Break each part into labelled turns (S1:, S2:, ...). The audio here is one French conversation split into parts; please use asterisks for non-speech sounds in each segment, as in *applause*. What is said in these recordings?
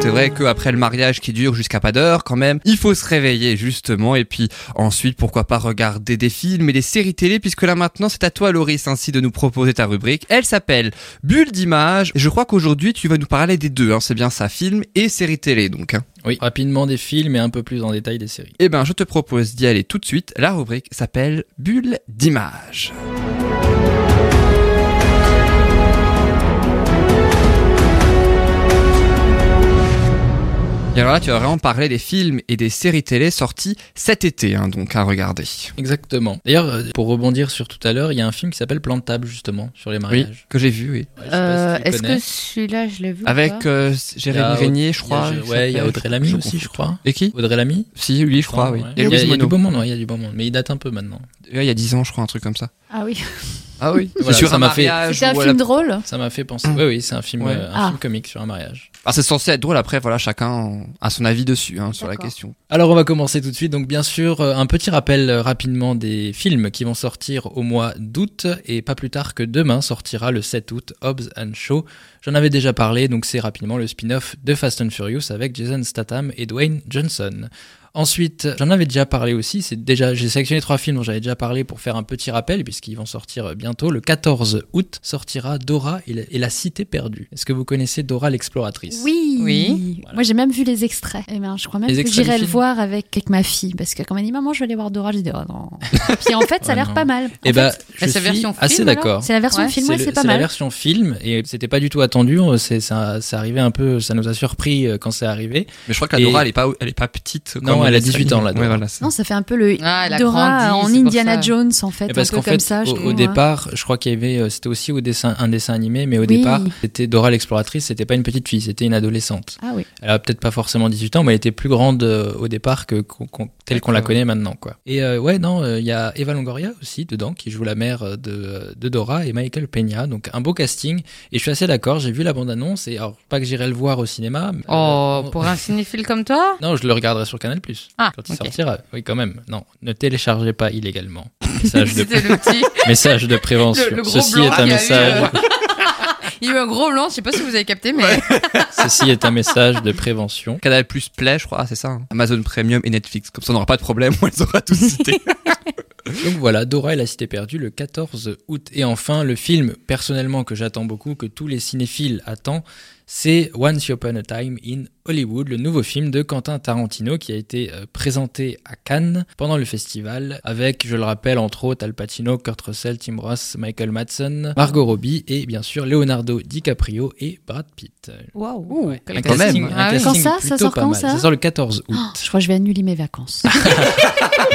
S1: C'est vrai qu'après le mariage qui dure jusqu'à pas d'heure quand même, il faut se réveiller justement et puis ensuite pourquoi pas regarder des films et des séries télé puisque là maintenant c'est à toi Loris ainsi de nous proposer ta rubrique. Elle s'appelle Bulle d'image. Je crois qu'aujourd'hui tu vas nous parler des deux, hein. c'est bien ça, film et série télé donc. Hein.
S2: Oui, rapidement des films et un peu plus en détail des séries.
S1: Eh ben je te propose d'y aller tout de suite, la rubrique s'appelle Bulle d'image. Et alors là, tu vas vraiment parler des films et des séries télé sortis cet été, hein, donc à regarder.
S2: Exactement. D'ailleurs, euh, pour rebondir sur tout à l'heure, il y a un film qui s'appelle Plantable, justement, sur les mariages.
S1: Oui, que j'ai vu, oui.
S3: Ouais, euh, si Est-ce que celui-là, je l'ai vu
S1: Avec euh, Jérémy Régnier, je crois.
S2: Il y a, ouais, il y a Audrey Lamy je aussi, je crois.
S1: Et qui
S2: Audrey Lamy
S1: Si, lui, je crois,
S2: ah,
S1: oui.
S2: Ouais. Il, y a, il y a du beau monde, il y a du beau monde. Mais il date un peu maintenant.
S1: il y a 10 ans, je crois, un truc comme ça.
S3: Ah oui.
S1: Ah *laughs* oui,
S2: voilà,
S3: sur
S2: ça m'a fait.
S3: C'était un film drôle.
S2: Ça m'a fait
S1: Mm.
S2: penser. Oui, oui, c'est un film, ouais. euh, un ah. film comique sur un mariage.
S1: Ah, c'est censé être drôle. Après, voilà, chacun a son avis dessus hein, sur la question.
S2: Alors, on va commencer tout de suite. Donc, bien sûr, un petit rappel euh, rapidement des films qui vont sortir au mois d'août et pas plus tard que demain sortira le 7 août Hobbs and Shaw. J'en avais déjà parlé, donc c'est rapidement le spin-off de Fast and Furious avec Jason Statham et Dwayne Johnson. Ensuite, j'en avais déjà parlé aussi, c'est déjà j'ai sélectionné trois films dont j'avais déjà parlé pour faire un petit rappel puisqu'ils vont sortir euh, bientôt. Le 14 août sortira Dora et la, et la cité perdue. Est-ce que vous connaissez Dora l'exploratrice
S3: Oui. Oui. Voilà. Moi j'ai même vu les extraits. Et eh ben je crois même les que j'irai le voir avec, avec, ma fille parce que quand elle dit maman je vais aller voir Dora, j'ai dit oh
S2: *laughs*
S3: non. Puis en fait ça a l'air ouais, pas mal. En
S2: et ben bah,
S3: je
S2: suis version assez d'accord.
S3: C'est la version
S2: ouais.
S3: film, ouais, c'est pas mal.
S2: C'est la version film et c'était pas du tout attendu, c'est ça, ça arrivait un peu ça nous a surpris euh, quand c'est arrivé.
S1: Mais je crois que la et... Dora elle est pas elle est pas petite
S2: non, elle a 18 ans là.
S1: Ouais, voilà,
S3: non, ça fait un peu le ah, Dora grandi, en Indiana Jones en fait,
S2: Eh ben, parce
S3: un peu
S2: fait,
S3: comme ça.
S2: Au,
S3: je hein.
S2: au départ, je crois qu'il y avait, euh, c'était aussi au dessin, un dessin animé, mais au oui. départ, c'était Dora l'exploratrice. C'était pas une petite fille, c'était une adolescente.
S3: Ah oui.
S2: Elle a peut-être pas forcément 18 ans, mais elle était plus grande euh, au départ que qu on, qu on, telle qu'on la connaît maintenant, quoi. Et euh, ouais, non, il euh, y a Eva Longoria aussi dedans qui joue la mère euh, de, de Dora et Michael Peña, donc un beau casting. Et je suis assez d'accord. J'ai vu la bande annonce et alors pas que j'irai le voir au cinéma. euh,
S4: Oh, pour un cinéphile
S2: *laughs*
S4: comme toi
S2: Non, je le regarderai sur Canal Plus.
S4: Ah,
S2: quand il
S4: ok.
S2: sortira. Oui, quand même. Non, ne téléchargez pas illégalement. Message
S4: *laughs*
S2: de,
S4: C'était le petit.
S2: message de prévention.
S4: Le- le gros
S2: Ceci
S4: blanc
S2: est un
S4: qu'il y a eu,
S2: message.
S4: euh, *laughs* Il y a eu un gros blanc, je sais pas si vous avez capté, mais
S2: Ceci est un message de prévention.
S1: Canal Plus Play, je crois, ah, c'est ça. hein. Amazon Premium et Netflix. Comme ça, on n'aura pas de problème, on les aura tous cités.
S2: Donc voilà, Dora et la cité perdue le 14 août. Et enfin, le film personnellement que j'attends beaucoup, que tous les cinéphiles attendent, c'est Once Upon a Time in Hollywood, le nouveau film de Quentin Tarantino qui a été euh, présenté à Cannes pendant le festival avec, je le rappelle, entre autres Al Pacino, Kurt Russell, Tim Ross, Michael Madsen, Margot Robbie et bien sûr Leonardo DiCaprio et Brad Pitt.
S3: Waouh.
S4: Ouh, quel
S2: Un
S1: quand
S2: casting-
S1: même.
S2: un
S4: Ah oui.
S2: casting
S3: Quand ça, ça
S2: plutôt
S3: sort
S2: pas
S3: quand,
S2: mal.
S3: ça Oh.
S2: Ça sort le 14 août.
S3: Je crois que je vais annuler mes vacances.
S2: Ah,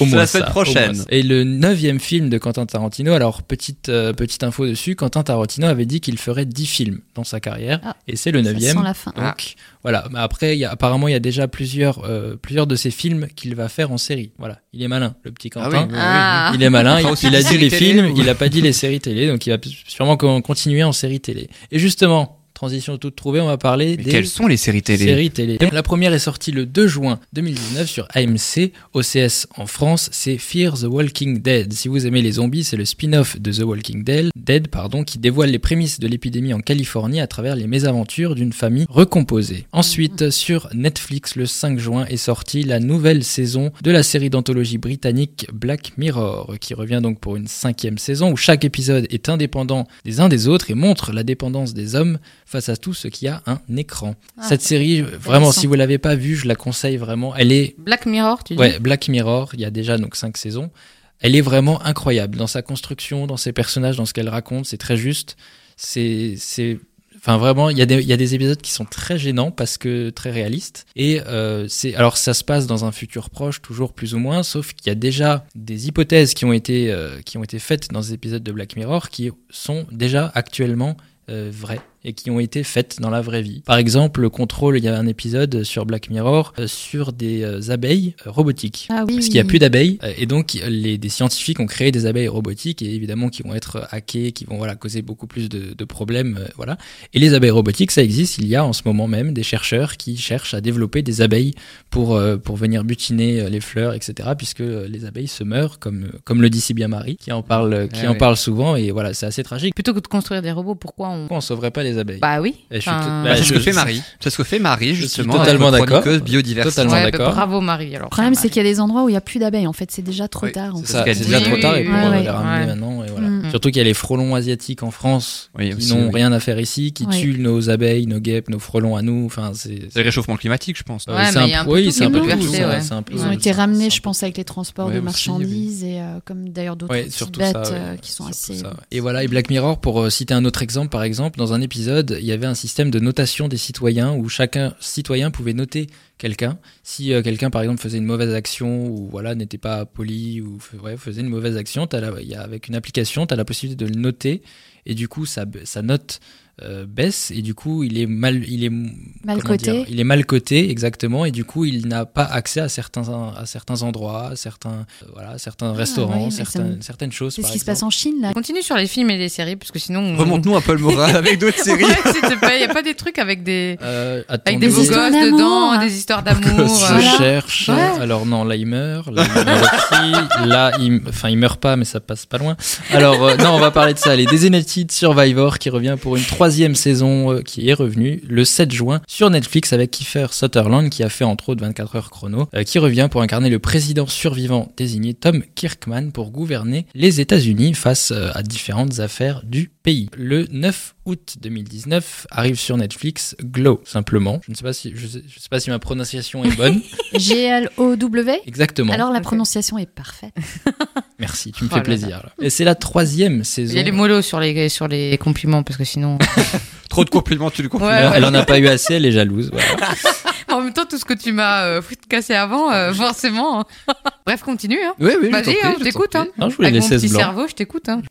S2: Au moins
S1: la semaine
S2: ça,
S1: prochaine.
S2: au moins ça. Et le neuvième film de Quentin Tarantino, alors petite, euh, petite info dessus, Quentin Tarantino avait dit qu'il ferait 10 films dans sa carrière,
S3: Ah.
S2: et c'est le
S3: Ça sent
S2: neuvième.
S3: la fin.
S2: Donc
S1: Ah.
S2: voilà, Mais après il y a, apparemment il y a déjà plusieurs, euh, plusieurs de ses films qu'il va faire en série. Voilà, il est malin, le petit Quentin.
S1: oui.
S4: Ah.
S2: Il est malin,
S1: Enfin,
S2: il,
S1: aussi
S2: il
S1: des
S2: a dit
S1: séries
S2: les
S1: télé
S2: films,
S1: ou-
S2: il a pas dit les séries télé, donc il va sûrement con- continuer en série télé. Et justement, transition toute trouvée, on va parler
S1: Mais
S2: des
S1: quelles sont les séries télé
S2: Série télé. La première est sortie le 2 juin 2019 sur AMC, OCS en France, c'est Fear the Walking Dead. Si vous aimez les zombies, c'est le spin-off de The Walking Dead, Dead pardon, qui dévoile les prémices de l'épidémie en Californie à travers les mésaventures d'une famille recomposée. Ensuite, sur Netflix, le 5 juin est sortie la nouvelle saison de la série d'anthologie britannique Black Mirror, qui revient donc pour une cinquième saison où chaque épisode est indépendant des uns des autres et montre la dépendance des hommes face à tout ce qui a un écran.
S4: Ah,
S2: Cette série, vraiment, si vous l'avez pas vue, je la conseille vraiment. Elle est,
S4: Black Mirror, tu dis
S2: ouais, Black Mirror, il y a déjà donc cinq saisons. Elle est vraiment incroyable dans sa construction, dans ses personnages, dans ce qu'elle raconte. C'est très juste. C'est, c'est, enfin vraiment, il y a des, il y a des épisodes qui sont très gênants parce que très réalistes. Et euh, c'est, alors ça se passe dans un futur proche, toujours plus ou moins, sauf qu'il y a déjà des hypothèses qui ont été, euh, qui ont été faites dans ces épisodes de Black Mirror qui sont déjà actuellement euh, vraies et qui ont été faites dans la vraie vie. Par exemple, le contrôle, il y a un épisode sur Black Mirror euh, sur des euh, abeilles euh, robotiques.
S3: Ah oui.
S2: Parce qu'il n'y a
S4: Hmm.
S2: plus d'abeilles, euh, et donc les, des scientifiques ont créé des abeilles robotiques, et évidemment qui vont être hackées, qui vont voilà, causer beaucoup plus de, de problèmes. euh, voilà. Et les abeilles robotiques, ça existe, il y a en ce moment même des chercheurs qui cherchent à développer des abeilles pour, euh, pour venir butiner euh, les fleurs, etc., puisque euh, les abeilles se meurent, comme, comme le dit si bien Marie, Eh qui en parle, qui
S1: Ah
S2: en
S1: oui.
S2: parle souvent, et voilà, c'est assez tragique.
S4: Plutôt que de construire des robots, pourquoi on.
S2: Pourquoi on sauverait pas les les abeilles.
S4: Bah oui.
S2: Et je suis
S4: Enfin,
S2: tout-
S1: Bah,
S2: bah,
S1: c'est ce que
S2: je-
S1: fait Marie. C'est ce que fait Marie,
S2: suis
S1: justement.
S2: totalement
S1: avec notre
S2: d'accord.
S1: chroniqueuse biodiversité.
S2: Totalement.
S4: Ouais, bah,
S2: d'accord.
S4: bravo Marie. Alors,
S3: Le problème, c'est qu'il y a des endroits où il n'y a plus d'abeilles. En fait, c'est déjà trop
S1: Oui,
S3: tard. en
S1: c'est
S3: fait.
S1: ce
S2: Ça,
S1: qu'elle
S2: Ah, c'est
S1: dit.
S2: déjà trop
S4: Oui,
S2: tard et
S4: oui,
S2: puis on va
S3: oui.
S2: les ramener
S4: Ouais.
S2: maintenant. Et voilà.
S3: Mm.
S2: Surtout qu'il y a les frelons asiatiques en France
S1: Oui,
S2: qui
S1: aussi,
S2: n'ont
S1: oui.
S2: rien à faire ici, qui
S3: Ouais.
S2: tuent nos abeilles, nos guêpes, nos frelons à nous. Enfin, c'est
S1: C'est le réchauffement climatique, je pense.
S2: euh,
S4: Ouais,
S2: c'est
S4: mais il y a un peu
S2: oui,
S4: tout
S2: c'est
S4: qui
S2: un peu
S3: est
S2: tout,
S3: bouleversé,
S2: ça,
S4: ouais.
S2: c'est un peu-
S3: Ils
S4: Ouais,
S3: ont été
S2: c'est-
S3: ramenés,
S2: c'est
S3: je
S2: un peu-
S3: pense, avec les transports
S1: Ouais,
S3: de
S1: aussi,
S3: marchandises et euh, comme d'ailleurs d'autres
S2: Ouais,
S3: petites
S2: surtout ça,
S3: bêtes
S2: ouais.
S3: euh, qui sont
S2: Surtout
S3: assez.
S2: ça, ouais. Et voilà, et Black Mirror, pour euh, citer un autre exemple, par exemple, dans un épisode, il y avait un système de notation des citoyens où chacun citoyen pouvait noter quelqu'un. Si euh, quelqu'un, par exemple, faisait une mauvaise action ou voilà n'était pas poli ou f- ouais, faisait une mauvaise action, t'as la- il y a- avec une application, tu as la possibilité de le noter et du coup, sa, b- sa note euh, baisse et du coup, il est mal, il est
S3: Mal
S2: comment
S3: coté.
S2: dire, il est mal coté, exactement, et du coup, il n'a pas accès à certains, à certains endroits, à certains, euh, voilà, à certains
S3: Ah, oui,
S2: restaurants,
S3: mais ça
S2: certaines,
S3: me-
S2: certaines choses.
S3: C'est ce
S2: par
S3: qui se passe
S2: exemple.
S3: en Chine
S2: *laughs*
S3: là.
S4: Continue sur les films et les séries, parce que sinon. on-
S1: Remonte-nous à Paul Morin avec d'autres séries.
S4: *laughs* Ouais, s'il te plaît, il n'y a pas des trucs avec des.
S2: Euh,
S4: Avec
S2: attendez.
S4: des beaux
S3: histoires
S4: gosses
S3: d'amour,
S4: dedans,
S3: hein.
S4: des histoires d'amour.
S2: Je
S4: euh,
S3: Voilà.
S2: cherche.
S4: Ouais.
S2: Alors non, là il meurt. Là il meurt aussi. Là, il, enfin il meurt pas, mais ça passe pas loin. Alors euh, non, on va parler de ça. Les Designated Survivor qui revient pour une troisième saison euh, qui est revenue le 7 juin sur Netflix avec Kiefer Sutherland qui a fait entre autres 24 heures chrono, euh, qui revient pour incarner le président survivant désigné Tom Kirkman pour gouverner les États-Unis face euh, à différentes affaires du pays. Le 9 août 2019 arrive sur Netflix Glow simplement. Je ne sais pas si je sais- je sais pas si ma prononciation est
S4: *laughs*
S2: bonne.
S3: G L O W.
S2: Exactement.
S3: Alors la
S4: Ok.
S3: prononciation est parfaite.
S2: Merci, tu me
S4: Oh
S2: fais
S4: là
S2: plaisir. là. Et c'est la troisième
S4: Il
S2: saison.
S4: y a les mollos sur les, sur les compliments, parce que sinon.
S1: Trop de compliments, tu le comprends.
S4: Ouais.
S2: Elle, elle en a pas eu assez, elle est jalouse. voilà.
S4: *laughs* en même temps, tout ce que tu m'as euh, cassé avant, euh, forcément. Bref, continue. Hein.
S1: Oui, oui, je t'en
S4: Vas-y,
S1: prie,
S4: hein,
S1: je
S4: je
S1: t'en
S4: t'écoute.
S1: prie.
S4: Hein.
S2: Non, je voulais
S4: Avec mon
S2: laisser ce
S4: petit
S2: blanc.
S4: cerveau, je t'écoute. Hein.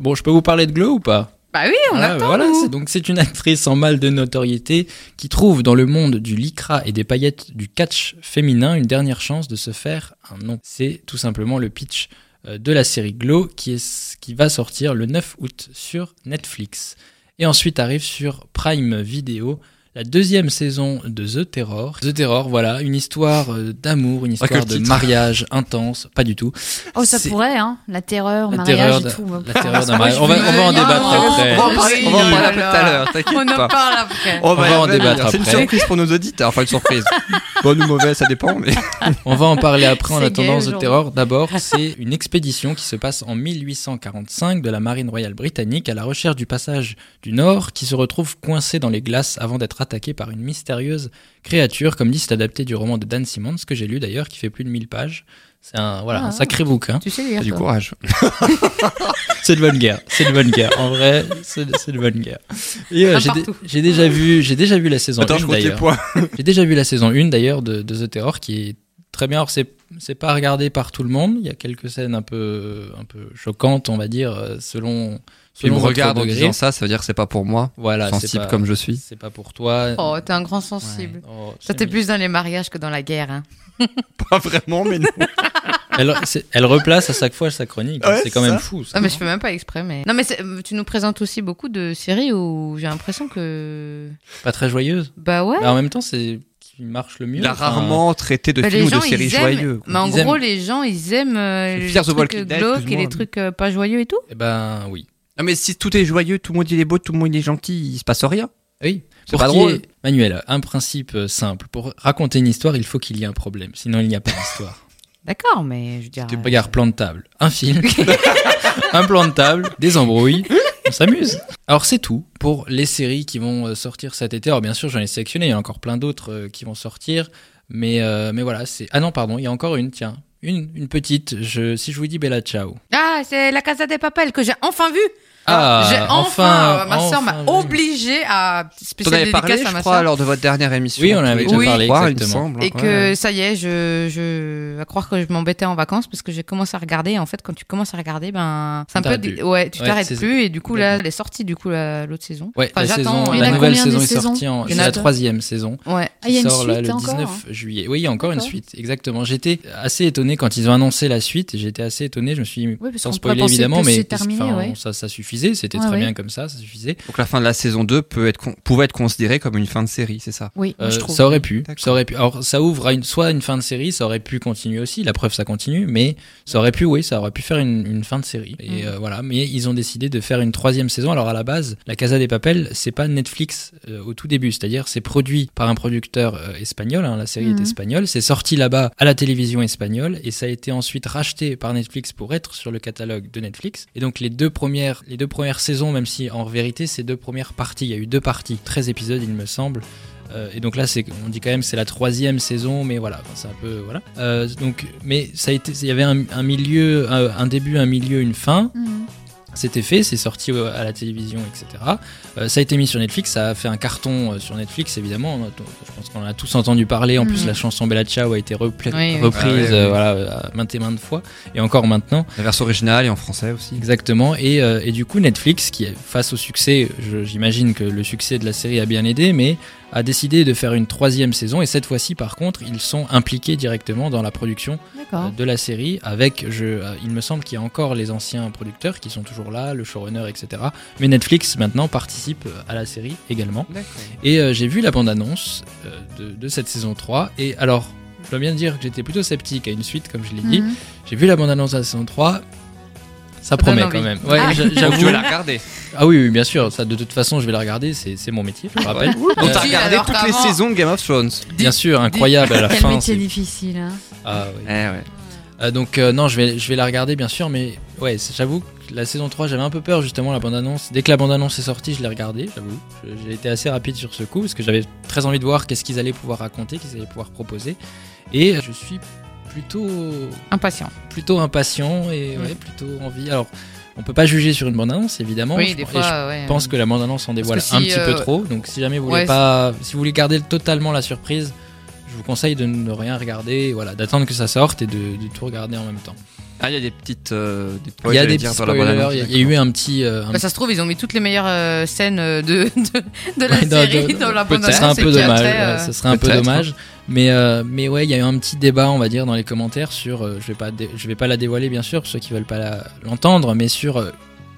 S2: Bon, je peux vous parler de Glow ou pas
S4: Bah oui, on
S2: Ah,
S4: attend.
S2: voilà,
S4: nous.
S2: c'est- donc c'est une actrice en mal de notoriété qui trouve dans le monde du lycra et des paillettes du catch féminin une dernière chance de se faire un nom. C'est tout simplement le pitch euh, de la série Glow qui, est, qui va sortir le 9 août sur Netflix. Et ensuite arrive sur Prime Video la deuxième saison de The Terror. The Terror, voilà, une histoire euh, d'amour,
S4: Oh,
S2: une
S1: que le
S2: histoire de
S1: titre.
S2: mariage intense, pas du tout.
S3: Oh, ça
S2: C'est-
S3: pourrait, hein. La terreur,
S2: La
S3: mariage
S2: terreur
S3: et tout.
S2: La terreur d'un
S4: Moi,
S2: mariage.
S4: je
S2: On va, on va en
S4: veux-
S2: débattre
S4: Ah,
S2: après.
S1: On va en parler- on va en parler un peu tout
S4: Oui,
S1: à l'heure,
S4: On
S1: t'inquiète
S4: en
S1: pas. Oh.
S4: parle
S2: va
S4: après.
S1: y
S2: en
S1: revenir.
S2: débattre
S1: C'est une
S2: après.
S1: surprise pour nos auditeurs. Enfin, une *laughs* surprise. Bonne ou mauvaise, ça dépend. Mais...
S2: On va en parler après en
S4: C'est
S2: attendant
S4: gay
S2: The
S4: aujourd'hui.
S2: Terror.
S4: *laughs*
S2: D'abord, c'est une expédition qui se passe en 1845 de la marine royale britannique à la recherche du passage du Nord qui se retrouve coincé dans les glaces avant d'être attaqué par une mystérieuse créature, comme dit c'est adapté du roman de Dan Simmons que j'ai lu d'ailleurs qui fait plus de 1000 pages. C'est un, voilà, un
S4: Ah.
S2: sacré bouquin.
S4: Tu sais lire.
S1: T'as du
S4: toi.
S1: courage.
S2: C'est de bonne guerre. C'est de bonne guerre. En vrai, c'est c'est de bonne guerre. Et euh,
S4: Un
S2: j'ai dé-
S4: partout.
S2: j'ai déjà vu, j'ai déjà vu la saison
S1: Attends,
S2: une,
S1: je compte les
S2: d'ailleurs.
S1: points.
S2: J'ai déjà vu la saison 1 d'ailleurs de, de The Terror qui est très bien. Alors c'est c'est pas regardé par tout le monde. Il y a quelques scènes un peu un peu choquantes, on va dire, euh, selon
S1: Tu
S2: selon
S1: me
S2: votre
S1: regardes en
S2: degré.
S1: disant ça, ça veut dire que c'est pas pour moi.
S2: Voilà, c'est
S1: Sensible
S2: pas,
S1: comme je suis.
S2: c'est pas pour toi.
S4: Oh, t'es un grand
S2: Ouais.
S4: sensible.
S2: Oh,
S4: Ça
S2: c'est
S4: t'es
S2: mignon.
S4: plus dans les mariages que dans la guerre. Hein.
S1: Pas vraiment, mais *laughs* non.
S2: Elle, c'est- elle replace à chaque fois sa chronique.
S1: Ouais,
S2: c'est quand
S1: ça.
S2: même fou. ça.
S4: Non, Ah, mais je fais même pas exprès. Mais... Non, mais c'est- euh, tu nous présentes aussi beaucoup de séries où j'ai l'impression que.
S2: Pas très joyeuse.
S4: Bah ouais.
S2: Mais en même temps, c'est qui marche le mieux.
S1: Il a
S2: enfin,
S1: rarement traité Ah, de
S4: Bah,
S1: films
S4: les
S1: ou de
S4: gens,
S1: séries
S4: ils aiment.
S1: joyeux.
S4: Mais en
S2: Ils
S4: gros,
S2: aiment.
S4: les gens, ils aiment euh,
S1: Je suis
S4: les
S1: fier de
S4: trucs
S1: Walking Dead,
S4: glauques et
S1: excuse-moi.
S4: les trucs euh, pas joyeux et tout.
S2: Eh ben oui.
S1: Non, mais si tout est joyeux, tout le monde il est beau, tout le monde il est gentil, il se passe rien.
S2: Eh Oui.
S1: C'est
S2: Pour
S1: pas
S2: qu'il
S1: drôle.
S2: y ait- Manuel, un principe euh, simple. Pour raconter une histoire, il faut qu'il y ait un problème. Sinon, il n'y a pas d'histoire.
S4: D'accord, mais je veux dire.
S1: C'était
S4: euh,
S2: Regarde, plan de table, un film, *laughs* un plan de table, des embrouilles, on s'amuse. Alors c'est tout pour les séries qui vont euh, sortir cet été. Alors bien sûr, j'en ai sélectionné, il y a encore plein d'autres euh, qui vont sortir, mais euh, mais voilà, c'est ah non pardon, il y a encore une, tiens, une une petite. Je si je vous dis Bella Ciao.
S4: Ah, c'est la Casa des Papel que j'ai enfin vue.
S2: Ah,
S4: j'ai enfin,
S2: enfin,
S4: euh, ma soeur
S2: enfin
S4: m'a
S2: vu.
S4: obligée à
S1: T'en
S4: spécial
S1: avais
S4: dédicace
S1: parlé,
S4: à
S1: je
S4: ma
S1: crois,
S4: soeur.
S1: lors de votre dernière émission.
S2: Oui, on en avait
S1: tous les
S4: déjà
S1: deux,
S2: parlé,
S1: je crois, il me
S2: exactement.
S1: semble.
S4: Et
S1: Ouais,
S4: que
S1: ouais.
S4: ça y est, je, je à croire que je m'embêtais en vacances parce que j'ai commencé à regarder. Et en fait, quand tu commences à regarder, ben c'est un peu
S2: T'arrêtes
S4: des-
S2: plus.
S4: ouais, tu
S2: Ouais,
S4: t'arrêtes
S2: c'est-
S4: plus et du coup là, elle est sortie du coup la- l'autre saison.
S2: Ouais,
S4: Enfin,
S2: la,
S4: j'attends,
S2: saison,
S4: hein.
S3: Il y
S2: la
S3: en
S2: nouvelle
S3: a combien des
S2: saison est
S3: saisons
S2: sortie en
S4: Il y en
S2: c'est
S4: a
S2: la
S3: deux.
S2: troisième saison.
S4: Ouais.
S3: Ah, il y a
S2: qui
S3: une
S2: sort,
S3: suite
S2: là, le
S3: encore.
S2: 19
S3: hein.
S2: juillet. Oui, il y a encore une
S3: D'accord.
S2: suite, exactement. J'étais assez étonné quand ils ont annoncé la suite. J'étais assez étonné. Je me suis dit,
S3: Oui, parce
S2: sans
S3: qu'on pourrait
S2: spoiler
S3: penser
S2: évidemment,
S3: que
S2: mais
S3: c'est
S2: qu'est-ce-
S3: terminé,
S2: enfin,
S3: ouais.
S2: ça, ça suffisait. suffisait, c'était
S3: Ouais,
S2: très
S3: ouais.
S2: bien comme ça, ça suffisait.
S1: Donc la fin de la saison 2 peut être con- pouvait être considérée comme une fin de série, c'est ça
S3: Oui, moi,
S2: Euh,
S3: je trouve.
S2: ça aurait pu,
S1: D'accord.
S2: ça aurait pu. Alors ça ouvre à une, soit une fin de série, ça aurait pu continuer aussi. La preuve, ça continue, mais ça aurait pu, oui, ça aurait pu faire une, une fin de série. Et
S3: Mhm.
S2: euh, voilà, mais ils ont décidé de faire une troisième saison. Alors à la base, La Casa des Papel, c'est pas Netflix euh, au tout début, c'est-à-dire c'est produit par un producteur euh, espagnol. hein, la série est
S3: Mhm.
S2: espagnole, c'est sorti là-bas à la télévision espagnole et ça a été ensuite racheté par Netflix pour être sur le catalogue de Netflix. Et donc les deux premières, les deux premières saisons, même si en vérité c'est deux premières parties, il y a eu deux parties, 13 épisodes il me semble. Euh, et donc là, c'est, on dit quand même que c'est la troisième saison, mais voilà, enfin, c'est un peu voilà. Euh, donc, mais ça a été, il y avait un, un milieu, un, un début, un milieu, une fin.
S3: Mhm.
S2: C'était fait, c'est sorti euh, à la télévision, etc. Euh, ça a été mis sur Netflix, ça a fait un carton euh, sur Netflix, évidemment. On a- Je pense qu'on en a tous entendu parler. En plus,
S3: Mhm.
S2: la chanson Bella Ciao a été repla-
S4: Mm. Oui, oui.
S2: reprise,
S1: Ah, oui, oui.
S2: euh, voilà, euh, maintes et maintes fois, et encore maintenant.
S1: La version originale et en français aussi.
S2: Exactement. Et, euh, et du coup, Netflix, qui face au succès, je- j'imagine que le succès de la série a bien aidé, mais a décidé de faire une troisième saison. Et cette fois-ci, par contre, ils sont impliqués directement dans la production euh,
S3: D'accord.
S2: de la série. Avec, je, euh, il me semble qu'il y a encore les anciens producteurs qui sont toujours là, le showrunner, etc. Mais Netflix maintenant participe euh, à la série également. Et euh, j'ai vu la bande-annonce euh, de, de cette saison 3. Et alors, je dois bien dire que j'étais plutôt sceptique à une suite, comme je l'ai dit.
S3: Mhm.
S2: J'ai vu la bande-annonce de la saison 3. Ça,
S4: Ça donne
S2: promet
S4: envie.
S2: quand même. Ouais,
S3: Ah.
S2: j'a-
S1: Donc
S2: j'avoue.
S1: tu vas la regarder.
S2: Ah oui, oui, bien sûr. Ça, de toute façon, je vais la regarder. C'est c'est mon métier, je le rappelle.
S1: Donc t'as
S4: Si,
S1: regardé
S4: alors
S1: toutes les
S4: qu'avant-
S1: saisons de Game of Thrones.
S2: Bien sûr, incroyable à la
S3: Quel
S2: fin.
S3: métier
S2: c'est-
S3: difficile. hein.
S2: Ah, oui.
S1: Eh ouais.
S2: Euh, donc euh, non, je vais, je vais la regarder bien sûr, mais ouais, c'est- j'avoue que la saison 3, j'avais un peu peur justement la bande-annonce. Dès que la bande-annonce est sortie, je l'ai regardée, j'avoue. Je- J'ai été assez rapide sur ce coup, parce que j'avais très envie de voir qu'est-ce qu'ils allaient pouvoir raconter, qu'est-ce qu'ils allaient pouvoir proposer. Et je suis plutôt,
S4: Impatient.
S2: plutôt impatient et
S4: Mm.
S2: ouais, plutôt envie. Alors, on peut pas juger sur une bande-annonce, évidemment.
S4: oui,
S2: Je-
S4: des
S2: et
S4: fois,
S2: je
S4: ouais.
S2: pense que la bande-annonce en dévoile
S4: que
S2: un
S4: si,
S2: petit peu
S4: euh,
S2: trop. Donc si jamais vous voulez
S4: ouais,
S2: pas, si vous voulez garder totalement la surprise, je vous conseille de ne rien regarder, voilà, d'attendre que ça sorte et de, de tout regarder en même temps.
S1: Ah, il y a des petites. euh, des
S2: il y a
S1: j'allais
S2: des
S1: dire,
S2: petits
S1: dans la
S2: spoilers,
S1: bande-annonce,
S2: il y a- il y a eu un petit, euh, un
S4: Bah, ça se trouve, ils ont mis toutes les meilleures euh, scènes euh, de, de, de la
S2: Ouais, non,
S4: série
S2: non,
S4: dans la bande
S2: Ça serait un peu dommage.
S4: euh,
S2: ouais, ça serait un peu
S1: Peut-être.
S2: dommage. Mais, euh, mais ouais, il y a eu un petit débat, on va dire, dans les commentaires sur. euh, je vais pas, dé- je vais pas la dévoiler, bien sûr, ceux qui veulent pas la- l'entendre, mais sur euh,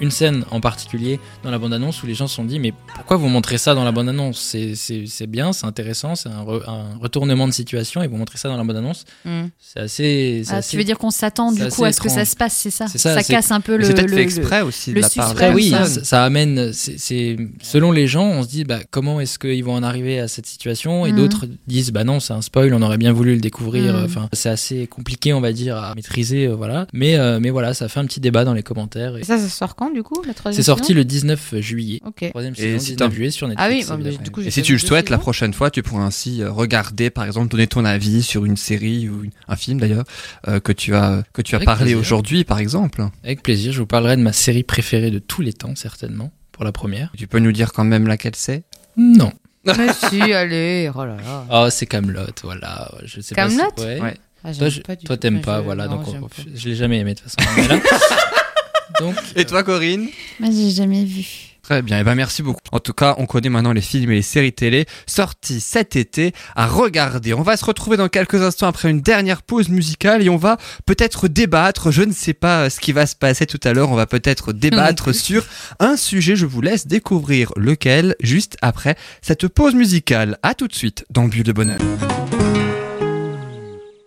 S2: une scène en particulier dans la bande-annonce où les gens se sont dit Mais pourquoi vous montrez ça dans la bande-annonce C'est- C'est c'est bien, c'est intéressant, c'est un, re- un retournement de situation et vous montrez ça dans la bande-annonce.
S4: hmm.
S2: C'est assez. c'est
S3: Ah,
S2: assez-
S3: tu veux dire qu'on s'attend
S2: c'est
S3: du coup à
S2: assez
S3: ce que ça
S2: étrange.
S3: se passe, c'est ça
S2: C'est ça,
S3: Ça
S2: c'est-
S3: casse un peu
S1: Mais
S3: le.
S1: C'est peut-être
S3: le-
S1: fait
S3: le-
S1: exprès aussi de
S3: le
S1: la part de
S2: Après,
S1: la
S3: Ouais,
S2: oui,
S1: personne.
S2: ça, ça amène. c'est- C'est selon les gens, on se dit bah, comment est-ce qu'ils vont en arriver à cette situation, et
S3: Mhm.
S2: d'autres disent bah non, c'est un spoil, on aurait bien voulu le découvrir.
S3: Mhm.
S2: Enfin, c'est assez compliqué, on va dire, à maîtriser, euh, voilà. Mais euh, mais voilà, ça fait un petit débat dans les commentaires. et
S4: Et ça, ça sort quand, du coup, la troisième
S2: C'est sorti
S4: saison
S2: le 19 juillet.
S4: Ok.
S2: Troisième
S1: Et
S2: saison,
S1: si
S2: 19
S1: t'as-
S2: juillet sur Netflix.
S4: Ah oui, bah,
S2: évidemment.
S4: du coup, j'ai
S1: Et si
S4: fait
S1: tu le
S4: deux
S1: souhaites, la
S4: saisons.
S1: prochaine fois, tu pourras ainsi euh, regarder, par exemple, donner ton avis sur une série ou une- un film d'ailleurs euh, que tu as que tu as
S2: Avec
S1: parlé
S2: plaisir.
S1: aujourd'hui, par exemple.
S2: Avec plaisir, je vous parlerai de ma série préférée de tous les temps, certainement, pour la première.
S1: Tu peux nous dire quand même laquelle c'est
S2: Non.
S4: Mais Ah, si, allez, oh là là.
S2: Ah, c'est Camelot, voilà. Je sais pas si-
S4: Camelot
S2: ouais.
S1: Ouais.
S4: Ah, j'aime
S2: Toi, je-
S4: pas du
S2: toi,
S4: tout,
S2: t'aimes
S4: mais
S2: pas,
S4: je-
S2: voilà.
S4: non,
S2: donc, on-
S4: j'aime pas.
S2: je l'ai jamais aimé de toute façon. mais là- *laughs* donc,
S1: Et toi, Corinne
S3: Moi, j'ai jamais vu.
S1: Très bien, et ben merci beaucoup. En tout cas, on connaît maintenant les films et les séries télé sorties cet été à regarder. On va se retrouver dans quelques instants après une dernière pause musicale et on va peut-être débattre, je ne sais pas euh, ce qui va se passer tout à l'heure, on va peut-être débattre sur un sujet, je vous laisse découvrir lequel juste après cette pause musicale. À tout de suite dans Bulle de Bonheur.